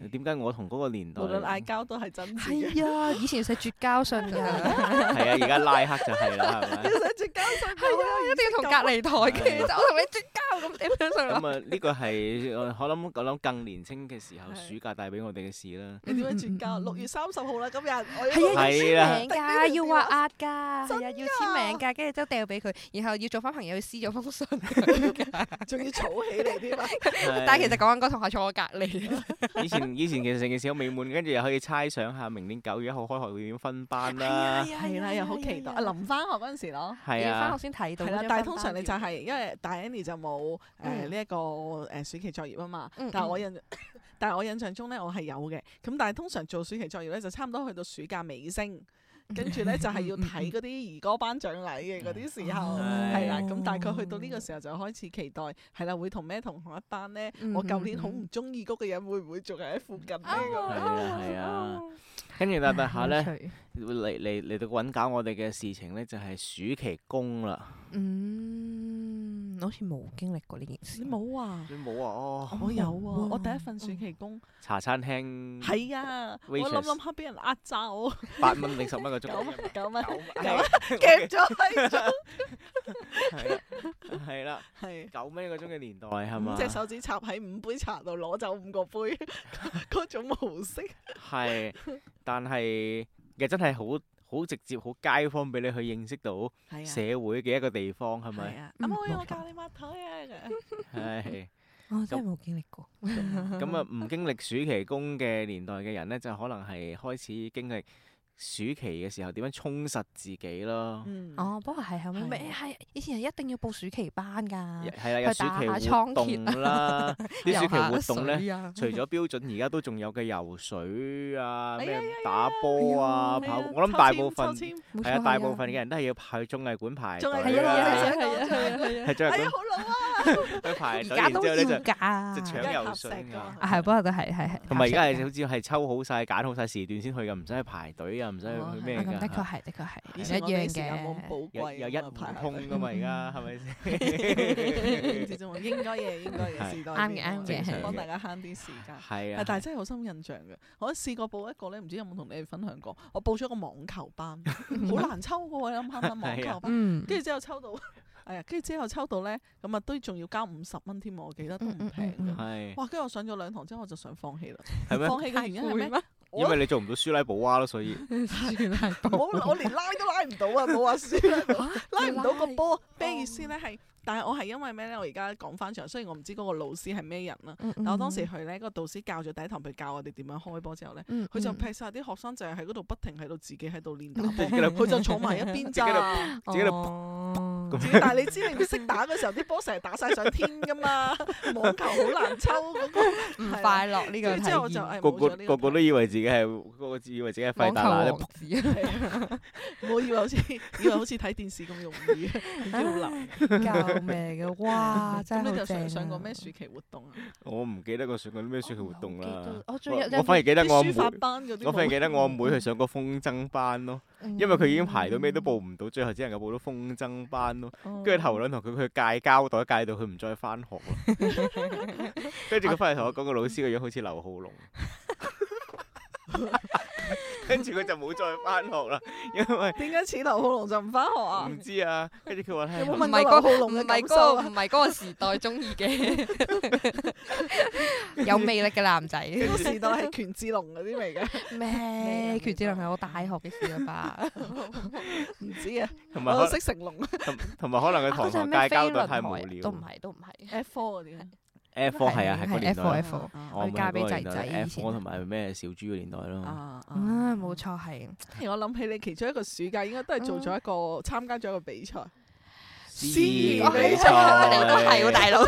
S3: 係
S2: 點解我同嗰個年代
S3: 無論嗌交都係真摯 嘅。
S1: 係啊，以前寫絕交信㗎，
S2: 係啊？而家拉黑就係啦，係 咪
S3: 你？想絕交信係啊，
S1: 一定要同隔離台嘅，就我同你絕交咁點樣上落
S2: 咁啊，呢個係我我諗我諗更年青嘅時候，
S3: 係
S2: 暑假帶俾我哋嘅事啦。
S3: 你點樣絕交？六月三十號啦，今日我要
S1: 係啊，要
S2: 係
S1: 簽名
S2: 啦
S1: 㗎，要畫押㗎，係啊，要簽名
S3: 真
S1: 㗎，跟住之後掉俾佢，然後要做翻朋友，要撕咗封信。
S3: 仲要儲起嚟添啊！
S1: 但係其實
S2: 係
S1: 講緊嗰同學坐我隔離，
S2: 以前以前其實成件事好美滿，跟住又可以猜想下明年九月一號開學會點分班 啦。
S3: 係啦，又好期待啊！臨翻學嗰陣時咯。
S2: 係
S1: 要翻
S2: 啊
S1: 學，先睇到
S3: 係
S1: 嗰
S3: 啦，
S1: 張
S3: 但
S1: 分
S3: 係通
S1: 班
S3: 常你就
S1: 表
S3: 係因為大 Annie 就冇誒
S1: 嗯
S3: 呢一個誒暑期作業啊嘛，
S1: 嗯
S3: 但係我
S1: 嗯
S3: 印 但係我印象中咧我係有嘅，咁但係通常做暑期作業咧就差唔多去到暑假尾 聲，跟住咧就係要睇嗰啲兒歌頒獎禮嘅嗰啲時候
S2: 嗯
S3: 係啦，咁大概去到呢個時候就開始期待係啦，會同咩同學一班咧？我舊年好唔中意嗰個人會唔會仲係喺附近
S1: 哦
S3: 呢
S2: 係
S3: 個？
S2: 啊係啊，跟住但但下咧。，嚟嚟嚟到揾搞我哋嘅事情呢，就係暑期工啦。
S1: 嗯，好似冇經歷過呢件事，
S3: 你冇啊？
S2: 你冇啊？哦，
S3: 我有啊！
S1: 冇
S3: 我第一份暑期 工
S2: 茶餐廳
S3: 係啊，我
S2: Waitress
S3: 諗諗下俾人呃詐我。
S2: 八蚊定十蚊個鐘，
S3: 九蚊九蚊
S2: 九
S3: 夾
S2: 蚊，
S3: 咗喺中，
S2: 係啦係啦，
S3: 係
S2: 九蚊一個鐘嘅年代係嘛
S3: 五？隻手指插喺五杯茶度攞走五個杯， 嗰種模式
S2: 係，但係又真係好好直接、好街坊，俾你去認識到社
S3: 係啊
S2: 會嘅一個地方係咪？
S3: 啊，阿
S1: 啊嗯
S3: 妹
S1: 冇
S3: 我
S1: 錯
S3: 教你抹台啊，
S2: 係
S1: 我真係冇經歷過。
S2: 咁啊，唔經歷暑期工嘅年代嘅人呢，就可能係開始經歷暑期嘅時候點樣充實自己咯。
S3: 嗯，
S1: 哦，不過係後尾
S3: 係
S1: 咩係以前係一定要報暑期班㗎，
S2: 係啦，
S1: 嗯
S2: 有
S1: 去
S2: 暑
S1: 打下
S2: 期活
S1: 倉啊
S2: 動 啦，啲暑期活動啊咧，
S1: 咧
S2: 除咗標準，而家都仲有嘅游水啊、
S3: 哎呀
S2: 咩
S3: 呀呀
S2: 打波啊、
S1: 哎
S2: 跑
S3: 係啊
S2: 步，我諗大部分
S3: 抽籤
S2: 係啊，大部分嘅人都係要去綜藝館排
S3: 抽籤，仲
S1: 係
S2: 隊
S1: 啊係啊
S2: 啦，
S1: 係啊
S3: 係
S2: 係綜
S3: 係
S2: 藝
S3: 啊，好老啊，
S2: 館 去排
S1: 而家
S2: 隊，然之
S1: 都
S2: 後
S1: 要
S2: 咧就
S1: 㗎，
S2: 就搶
S3: 有
S2: 游水
S3: 合石㗎
S2: 啊
S1: 啊，係，不過都係係係，啊
S2: 同埋而家係
S1: 合
S2: 好似係抽好晒、揀好晒時段先去嘅，唔使去排隊啊，唔使
S3: 哦
S2: 去去
S1: 石
S2: 咩
S1: 啊咁的確
S2: 㗎。
S1: 係的確係
S3: 以
S1: 一
S3: 前我哋
S1: 樣
S3: 時間冇咁寶
S1: 嘅。
S2: 有
S3: 貴，
S2: 有一
S3: 咁啊
S2: 唔
S3: 排下
S2: 通㗎嘛，而家係 咪先？
S3: 隊 唔知仲應該嘅，應該嘅
S2: 係
S3: 時代
S1: 啱嘅啱
S3: 變
S2: 嘅
S3: 咗
S2: 係
S3: 幫大家慳啲時間。
S2: 係
S3: 啊
S2: 啊，
S3: 但係真係好深印象嘅，我試過報一個咧，唔知有冇同你哋分享過？我報咗個網球班，好難抽嘅喎，你諗下啦，網
S2: 係啊
S3: 球班。
S1: 嗯，
S3: 跟住之後抽 到，係啊，跟住之後抽到咧，咁啊都仲要交五十蚊添喎，我記得都唔
S1: 嗯嗯
S3: 平
S1: 嗯
S3: 嘅。
S2: 係
S3: 哇！跟住我上咗兩堂之後，我就想放棄啦。
S2: 係咩？
S3: 放棄嘅原因係 咩？
S2: 因為你做唔到舒拉寶娃咯，所以
S1: 嗯
S3: 我我連拉都拉唔到啊！冇話 輸啦，拉唔到個波。咩意思咧？係，但係我係因為咩咧？我而家講翻場，雖然我唔知嗰個老師係咩人啦，
S1: 嗯
S3: 但我當時去咧，個導師教咗第一堂，佢教我哋點樣開波之後咧，
S1: 嗯
S3: 佢就劈晒啲學生就係喺嗰度不停喺度自己喺度練打波，佢就坐埋一邊咋。
S1: 哦
S2: 自己喺度
S1: 嗯度
S3: 自己但係你知你唔識打嘅時候，啲波成日打晒上天噶嘛，網球好難抽嗰個。
S1: 唔快樂呢個
S3: 跟住之後我
S1: 體
S3: 就
S1: 驗
S3: 誒
S2: 個
S3: 冇
S2: 個
S3: 咗呢
S2: 個個都
S3: 題
S2: 以為自己係個個以為自己係
S1: 網
S2: 費達
S1: 球
S2: 拿咧
S1: 王，子啊
S3: 我以為好似 以為好似睇電視咁容易，點知好 難。
S1: 啊救命嘅，哇！真
S3: 咁
S1: 係
S3: 你
S1: 好
S3: 就
S1: 正啊
S3: 上上過咩暑期活動啊？
S2: 我唔記得我上過啲咩暑期活動啦。
S1: 我最
S2: 我我反而記得我阿
S3: 啲書法
S2: 妹，
S3: 班嗰啲冇。
S2: 我反而記得我 阿妹去上過風箏班咯，
S1: 嗯
S2: 因為佢已經排到咩都報唔到，最後只能夠報到風箏班咯。
S3: 哦
S2: 跟住頭兩堂佢佢戒膠袋戒到佢唔再翻學咯。 跟住佢翻嚟同我講個老師個樣好似劉浩龍，跟住佢就冇再翻學啦，因為
S3: 點解似劉浩龍就唔翻學啊
S2: 唔？知啊。跟住佢話咧
S3: 有冇
S1: 唔
S3: 問
S1: 係
S3: 過
S1: 嗰
S3: 劉浩龍
S1: 唔
S3: 嘅
S1: 係
S3: 感
S1: 嗰
S3: 受
S1: 個
S3: 啊？
S1: 唔係嗰個時代中 意嘅有魅力嘅男仔
S3: 呢個時代係權志龍嗰啲嚟 嘅，
S1: 咩？權志龍係我大學嘅事啦 吧？
S3: 唔知啊，
S2: 同埋
S3: 我
S2: 可
S3: 都識成龍
S2: 同同埋可能佢
S1: 嗰
S2: 堂
S1: 陣係
S2: 堂戒
S1: 咩
S2: 膠
S1: 飛
S2: 袋
S1: 輪
S2: 太無
S1: 海
S2: 聊。
S1: 都唔係都唔係
S3: F 4嗰啲。
S2: F 科係啊，係個年代
S1: F 科。
S2: 咯
S1: F 科
S3: 啊
S2: 我唔係
S1: 嫁
S2: 嗰個
S1: 俾仔
S2: 年代
S1: 仔以
S2: F
S1: 前
S2: 科同埋咩小豬嘅年代咯。
S3: 啊
S1: 啊，冇。錯係
S3: 我諗起你其中一個暑假應該都係做咗一個參加咗一個比賽。
S2: 詩
S3: 詩
S1: 我哦
S3: 比
S1: 係
S3: 賽
S1: 你都係喎大佬，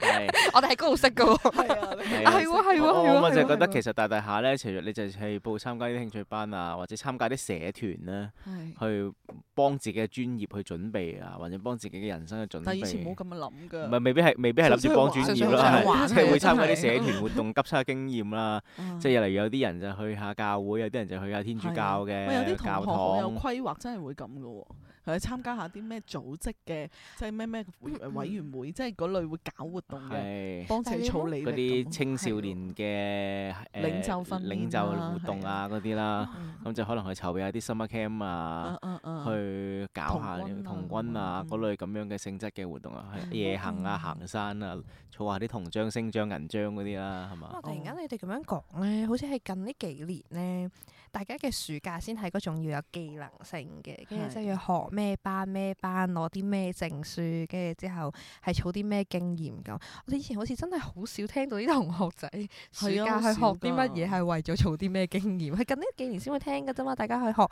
S2: 係
S1: 我哋喺嗰度識噶喎。
S3: 係啊，你
S2: 係
S1: 啊係喎係喎
S2: 我
S1: 係
S2: 我
S1: 喎
S2: 咪就
S1: 係喎
S2: 係覺得
S1: 係喎
S2: 其實大大下咧，其實你就係報參加啲興趣班啊，或者參加啲社團咧，
S3: 係
S2: 去幫自己嘅專業去準備啊，或者幫自己嘅人生去準備。
S3: 但以前冇咁樣諗㗎。
S2: 唔係未必係未必係諗住幫專
S1: 純粹
S2: 業
S1: 去玩
S2: 啦，係
S1: 玩
S2: 即係
S1: 嘅
S2: 會參加啲
S3: 真係
S2: 社團活動，急差經驗 啦。
S3: 啊
S2: 即係例如有啲人就去下教會，有啲人就去下天主
S3: 係啊
S2: 教
S3: 喂有
S2: 嘅
S3: 啲同
S2: 教
S3: 學好有
S2: 堂。
S3: 規劃，真係會咁嘅喎。係參加下啲咩組織嘅，即係咩咩委
S1: 嗯
S3: 委員會，即係嗰類會搞活動嘅，
S2: 係
S3: 幫自己
S1: 但係
S3: 儲
S1: 你
S3: 理
S2: 嗰
S3: 力咁
S2: 啲青少年嘅誒
S3: 領袖訓練啊
S2: 領袖活動啊嗰啲
S3: 係
S2: 啦，
S3: 啊
S2: 咁就可能去籌備下啲 summer camp
S3: 啊，
S2: 啊
S3: 啊啊
S2: 去搞下呢
S3: 童
S2: 個童
S3: 軍
S2: 軍
S3: 啊
S2: 啊
S3: 咁
S2: 嗰類咁樣嘅性質嘅活動啊，
S3: 嗯
S2: 去夜行啊、
S3: 嗯
S2: 行山啊、儲下啲銅章、星章、銀章嗰啲啦，係嘛
S3: 啊
S1: 哇！？突然間你哋咁樣講咧，好似係近呢幾年咧，大家嘅暑假先係嗰種要有技能性嘅，跟
S3: 係
S1: 住即係要學咩班咩班，攞啲咩證書，跟住之後係儲啲咩經驗咁。我哋以前好似真係好少聽到啲同學仔暑
S3: 係啊
S1: 假
S3: 好
S1: 去學
S3: 少
S1: 啲乜
S3: 㗎
S1: 嘢係為咗儲啲咩經驗，係近呢幾年先會聽㗎啫嘛。大家去學，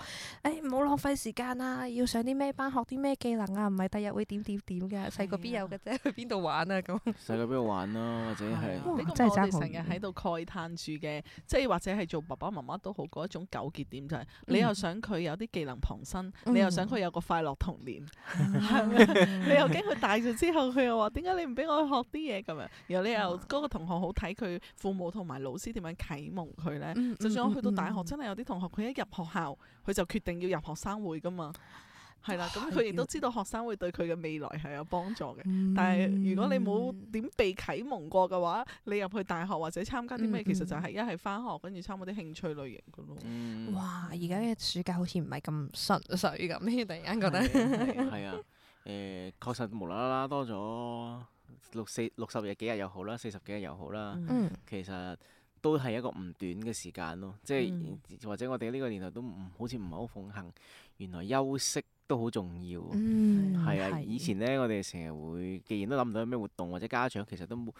S1: 誒唔好浪費時間啊，要上啲咩班，學啲咩技能啊，唔係第日會點點點㗎。細個
S3: 係
S1: 邊有
S3: 啊
S1: 嘅啫，去邊度玩啊 咁。
S2: 細個邊度玩咯，或者
S3: 係
S2: 係
S3: 啊
S1: 哇
S3: 呢個
S1: 真係
S3: 我
S1: 爭
S3: 哋
S1: 好
S3: 成日
S1: 遠
S3: 喺度慨嘆住嘅，即係或者係做爸爸媽媽都好嗰一種糾結點，就係你又
S1: 嗯
S3: 想佢有啲技能傍身，你又想
S1: 嗯
S3: 佢有個快樂童年，
S1: 係
S3: 你又驚佢大咗之後，佢又話點解你唔俾我學啲嘢咁樣？然後你
S1: 嗯
S3: 又嗰個同學好睇佢父母同埋老師點樣啟蒙佢咧。
S1: 嗯
S3: 就算我去到大學，
S1: 嗯
S3: 真係有啲同學佢一入學校，佢就決定要入學生會噶嘛。係啦，咁
S1: 係
S3: 佢亦都
S1: 要
S3: 知道學生會對佢嘅未來係有幫助嘅。
S1: 嗯
S3: 但係如果你冇點被啟蒙過嘅話，你入去大學或者參加啲咩，
S1: 嗯
S3: 其實
S1: 嗯
S3: 就係一係翻學，跟住參加啲興趣類型嘅咯。
S2: 嗯
S1: 哇，而家嘅暑假好似唔係咁純粹咁，突然間覺得
S3: 係啊
S2: 係啊，誒確實無啦啦多咗六四六十日幾日又好啦，四十幾日又好啦，
S3: 嗯
S1: 嗯
S2: 其實都係一個唔短嘅時間咯。即係、
S3: 嗯
S2: 或者我哋呢個年代都唔好似唔係好奉行，原來休息都好重要喎。
S1: 嗯
S2: 係啊，以前咧，我哋成日會，既然都諗唔到有咩活動，或者家長其實都冇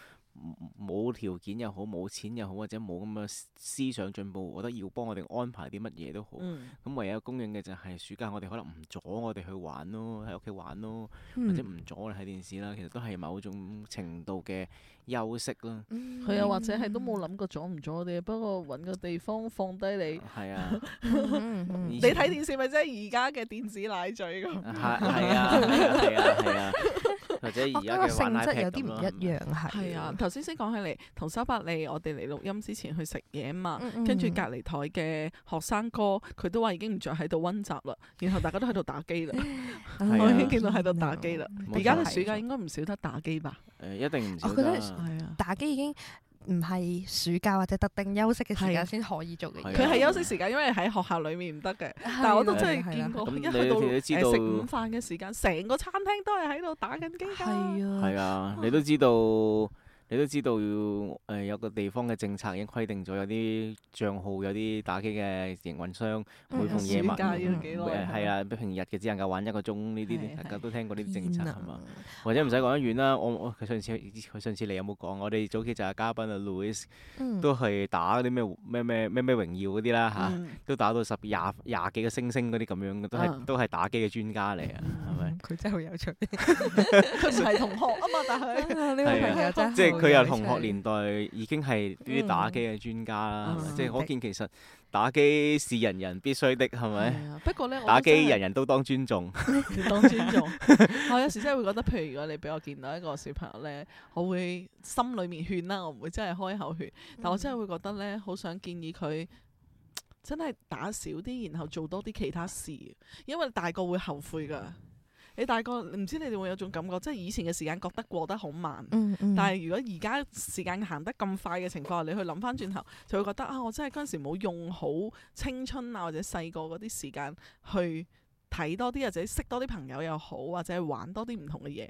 S2: 冇條件又好，冇錢又好，或者冇咁嘅思思想進步，我覺得要幫我哋安排啲乜嘢都好。
S3: 嗯
S2: 咁唯有供應嘅就係暑假，我哋可能唔阻我哋去玩咯，喺屋企玩咯，或者
S1: 嗯
S2: 唔阻我哋睇電視啦。其實都係某種程度嘅休息啦。
S1: 嗯
S2: 啊
S3: 佢又或者係都冇諗過阻唔阻啲，不過揾個地方放低你。
S2: 係 啊，
S1: 嗯嗯
S3: 你
S2: 以
S1: 嗯
S2: 前
S3: 睇電視咪即係而家嘅電子奶嘴咁。
S2: 係係啊，係啊，係啊，係啊，或者
S1: 我
S2: 而
S1: 覺得
S2: 家
S1: 個
S2: 嘅
S1: 性
S2: 玩 i
S1: 質
S2: p
S1: 有啲唔一樣係。
S3: 係啊，頭先先講起嚟，同修伯利，我哋嚟錄音之前去食嘢嘛，
S1: 嗯，
S3: 跟住
S1: 嗯
S3: 隔離台嘅學生哥，佢都話已經唔再喺度温習啦，然後大家都喺度打機 啦，
S2: 係啊嗯
S3: 我已經見到喺度打機啦。
S1: 嗯
S2: 冇錯
S3: 而家嘅
S2: 係
S3: 暑假應該唔少得打機吧？
S2: 誒，一定唔少
S1: 我覺得
S2: 啦
S3: 係啊，
S1: 打機已經唔係暑假或者特定休息嘅時
S3: 係
S1: 間先可以做嘅嘢。啊
S2: 係啊啊
S3: 佢係休息時間，因為喺學校裡面唔得嘅。但我都真係見過，
S2: 咁
S3: 一
S2: 你
S3: 去到
S2: 哋都知
S3: 誒
S2: 道
S3: 食午飯嘅時間，成個餐廳都係喺度打緊機㗎。
S1: 係啊，
S2: 係啊，你都知道，你都知道要誒、呃有個地方嘅政策已經規定咗，有啲帳號有啲打機嘅營運商每
S1: 嗯
S2: 逢夜晚
S1: 暑假要
S3: 幾
S2: 誒
S3: 耐
S2: 係啊，平日嘅只能夠玩一個鐘呢
S3: 係
S2: 啲，大家
S3: 係
S2: 都聽過呢啲政策
S1: 天
S2: 係嘛
S1: 啊？
S2: 或者唔使講得遠啦，我我佢上次佢上次你有冇講？我哋早期就係嘉賓啊，Louis
S1: 嗯
S2: 都係打嗰啲咩咩咩咩咩榮耀嗰啲啦嚇。
S3: 嗯
S2: 都打到十廿廿幾個星星嗰啲咁樣嘅，都係、
S3: 啊
S2: 都係打機嘅專家嚟啊，
S1: 嗯
S2: 係咪？
S1: 佢真係好有趣。
S3: 佢唔係同學啊嘛，但係。
S1: 呢位朋友真係啊
S2: 即係嗯
S1: 好
S2: 哦佢又
S1: 有
S2: 同
S1: 趣
S2: 學年代已經係啲打機嘅專家啦，係咪
S3: 嗯
S2: 即係可
S1: 嗯
S2: 見其實打機是人人必須的，係咪？
S3: 係啊不過咧，我
S2: 打機
S3: 真係
S2: 人人都當尊重，
S3: 要當尊重。我有時真係會覺得，譬如如果你俾我見到一個小朋友咧，我會心裏面勸啦，我唔會真係開口勸，但我真係會覺得咧，好想建議佢。真係打少啲，然後做多啲其他事，因為大個會後悔噶。你大個唔知你哋會有種感覺，即係以前嘅時間覺得過得好慢，
S1: 嗯嗯，
S3: 但係如果而家時間行得咁快嘅情況下，你去諗翻轉頭，就會覺得啊，我真係嗰陣時冇用好青春啊，或者細個嗰啲時間去睇多啲，或者識多啲朋友又好，或者玩多啲唔同嘅嘢。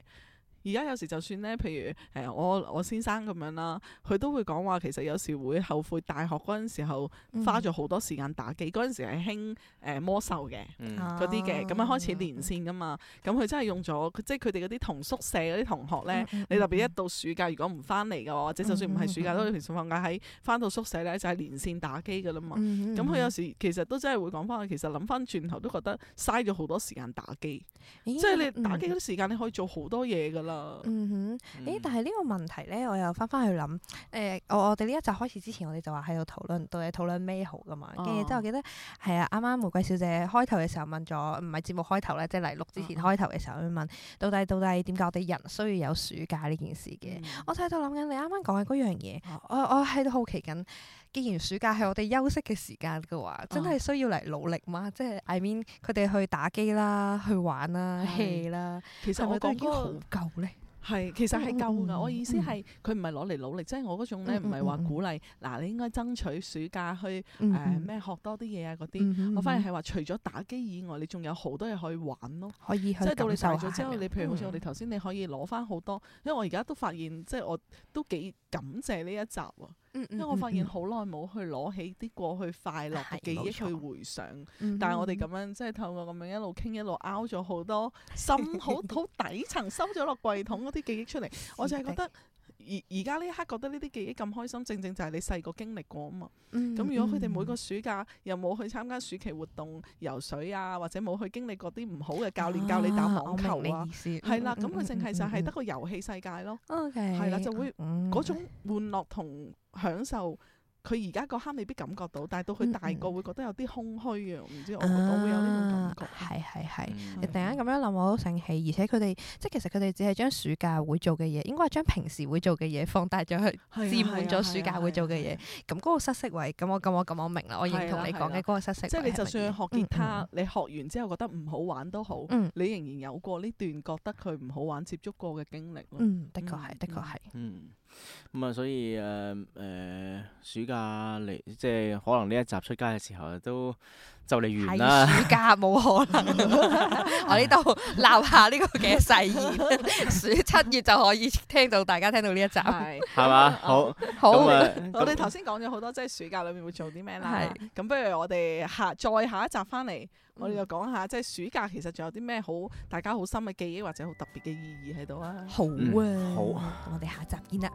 S3: 而家有時就算咧，譬如誒、呃我我先生咁樣啦，佢都會講話，其實有時會後悔大學嗰陣時候
S1: 嗯
S3: 花咗好多時間打機，嗰陣時係興誒魔獸嘅。
S2: 嗯
S1: 嗰
S3: 嗰啲嘅，咁樣開始連線噶嘛，咁佢真係用咗，即係佢哋嗰啲同宿舍嗰啲同
S1: 嗯
S3: 學咧，你特別一啊到暑假，如果唔翻嚟嘅話，或者就算唔係暑假，
S1: 嗯嗯嗯
S3: 都平時放假喺翻到宿舍咧，就係連線打機噶啦嘛。
S1: 嗯，
S3: 咁
S1: 咁
S3: 佢有時其實都真係會講翻，其實諗翻轉頭都覺得嘥咗好多時間打機，即係你打機嗰啲時間，你可以做好多嘢噶啦。噶。
S1: 嗯哼，誒，但係呢個問題咧，我又翻翻去諗，誒、我我哋呢一集開始之前，我哋就話喺度討論，到底討論咩好噶嘛，跟住之後
S3: 哦
S1: 我記得係啊，啱啱玫瑰小姐開頭嘅時候問咗，唔係節目開頭咧，即係嚟錄之前
S3: 嗯嗯
S1: 開頭嘅時候，佢問到底到底點解我哋人需要有暑假呢件事
S3: 嗯
S1: 嘅？我就喺度諗緊你啱啱講嘅嗰樣嘢
S3: 啊，
S1: 我我喺度好奇緊，既然暑假係我哋休息嘅時間嘅話，
S3: 哦
S1: 真係需要嚟努力嗎？即係 I mean 佢哋去打機啦，去玩啦
S3: 係
S1: ，hea 啦，
S3: 其實
S1: 係咪
S3: 我
S1: 都已
S3: 講
S1: 經好
S3: 嗰個
S1: 夠咧？
S3: 係其實係夠
S1: 嗯
S3: 㗎。我意思
S1: 嗯
S3: 係佢唔係攞嚟努力，即係我嗰種咧
S1: 嗯
S3: 唔係話
S1: 嗯嗯
S3: 鼓勵嗱，你應該爭取暑假去
S1: 嗯
S3: 誒
S1: 嗯
S3: 咩學多啲嘢啊嗰啲。
S1: 嗯哼
S3: 我反而
S1: 嗯哼
S3: 係話，除咗打機以外，你仲有好多嘢可以玩咯。
S1: 可以去
S3: 即係到你大
S1: 感受下
S3: 咗之後，
S1: 係咪
S3: 你譬如好似我哋
S1: 嗯
S3: 頭先，你可以攞翻好多。因為我而家都發現，即係我都幾感謝呢一集喎，
S1: 嗯
S3: 因為我發現好耐冇去攞起啲過去快樂嘅
S1: 係
S3: 記
S1: 冇
S3: 憶
S1: 錯
S3: 去回想。
S1: 嗯嗯
S3: 但係我哋咁
S1: 嗯
S3: 樣即係透過咁樣一路傾一路 out 咗好多深 好好底層收咗落櫃桶嗰啲記憶出嚟，我就係 覺得而而家呢一刻覺得呢啲記憶咁開心，正正就係你細個經歷過啊嘛。
S1: 嗯
S3: 咁如果佢哋每
S1: 嗯
S3: 個暑假又冇去參加暑期活動、游水啊，或者冇去經歷過啲唔好嘅教練教你打
S1: 啊
S3: 網球
S1: 我明嗯
S3: 啊
S1: 你，意思
S3: 係啦，咁佢淨係就係得
S1: 個
S3: 個遊戲世界咯。
S1: 嗯 OK 嗯
S3: 係啦就會嗰
S1: 嗰
S3: 種玩樂同享受，佢而家嗰刻未必感覺到，但係到
S1: 嗯
S3: 佢大個會覺得有啲空虛嘅，唔知我
S1: 啊
S3: 我會有呢種感覺。
S1: 係係係。
S2: 嗯
S1: 你突然間咁樣諗，我都醒起，而且佢哋即係其實佢哋只係將暑假會做嘅嘢，應該係將平時會做嘅嘢放大咗去
S3: 係啊
S1: 佔滿
S3: 係啊
S1: 咗暑假會做嘅嘢
S3: 係啊
S1: 咁嗰個失色位，咁我咁我咁我明啦，我認同你講嘅嗰個失色
S3: 係啊
S1: 位。
S3: 即係你就算去學吉他
S1: 嗯，，
S3: 你學完之後覺得唔好玩都好，
S1: 嗯
S3: 你仍然有過呢段覺得佢唔好玩接觸過嘅經歷咯。
S1: 嗯，的確係，的確係。
S2: 嗯，咁啊，所以誒誒、呃暑假嚟，即係可能呢一集出街嘅時候啊都就嚟完
S1: 係
S2: 啦。
S1: 暑假冇 可能，我呢度鬧下呢個嘅誓言，暑七月就可以聽到大家聽到呢一集，
S3: 係
S2: 係嘛？好，
S1: 好
S2: 咁 啊，
S3: 我哋頭先講咗好多，即係暑假裏面會做啲咩啦。咁不如我哋下再下一集翻嚟，我哋就講下即係暑假其實仲有啲咩好大家好深嘅記憶或者好特別嘅意義喺度啊。
S1: 好啊
S2: 嗯，好
S1: 我哋下集見啦。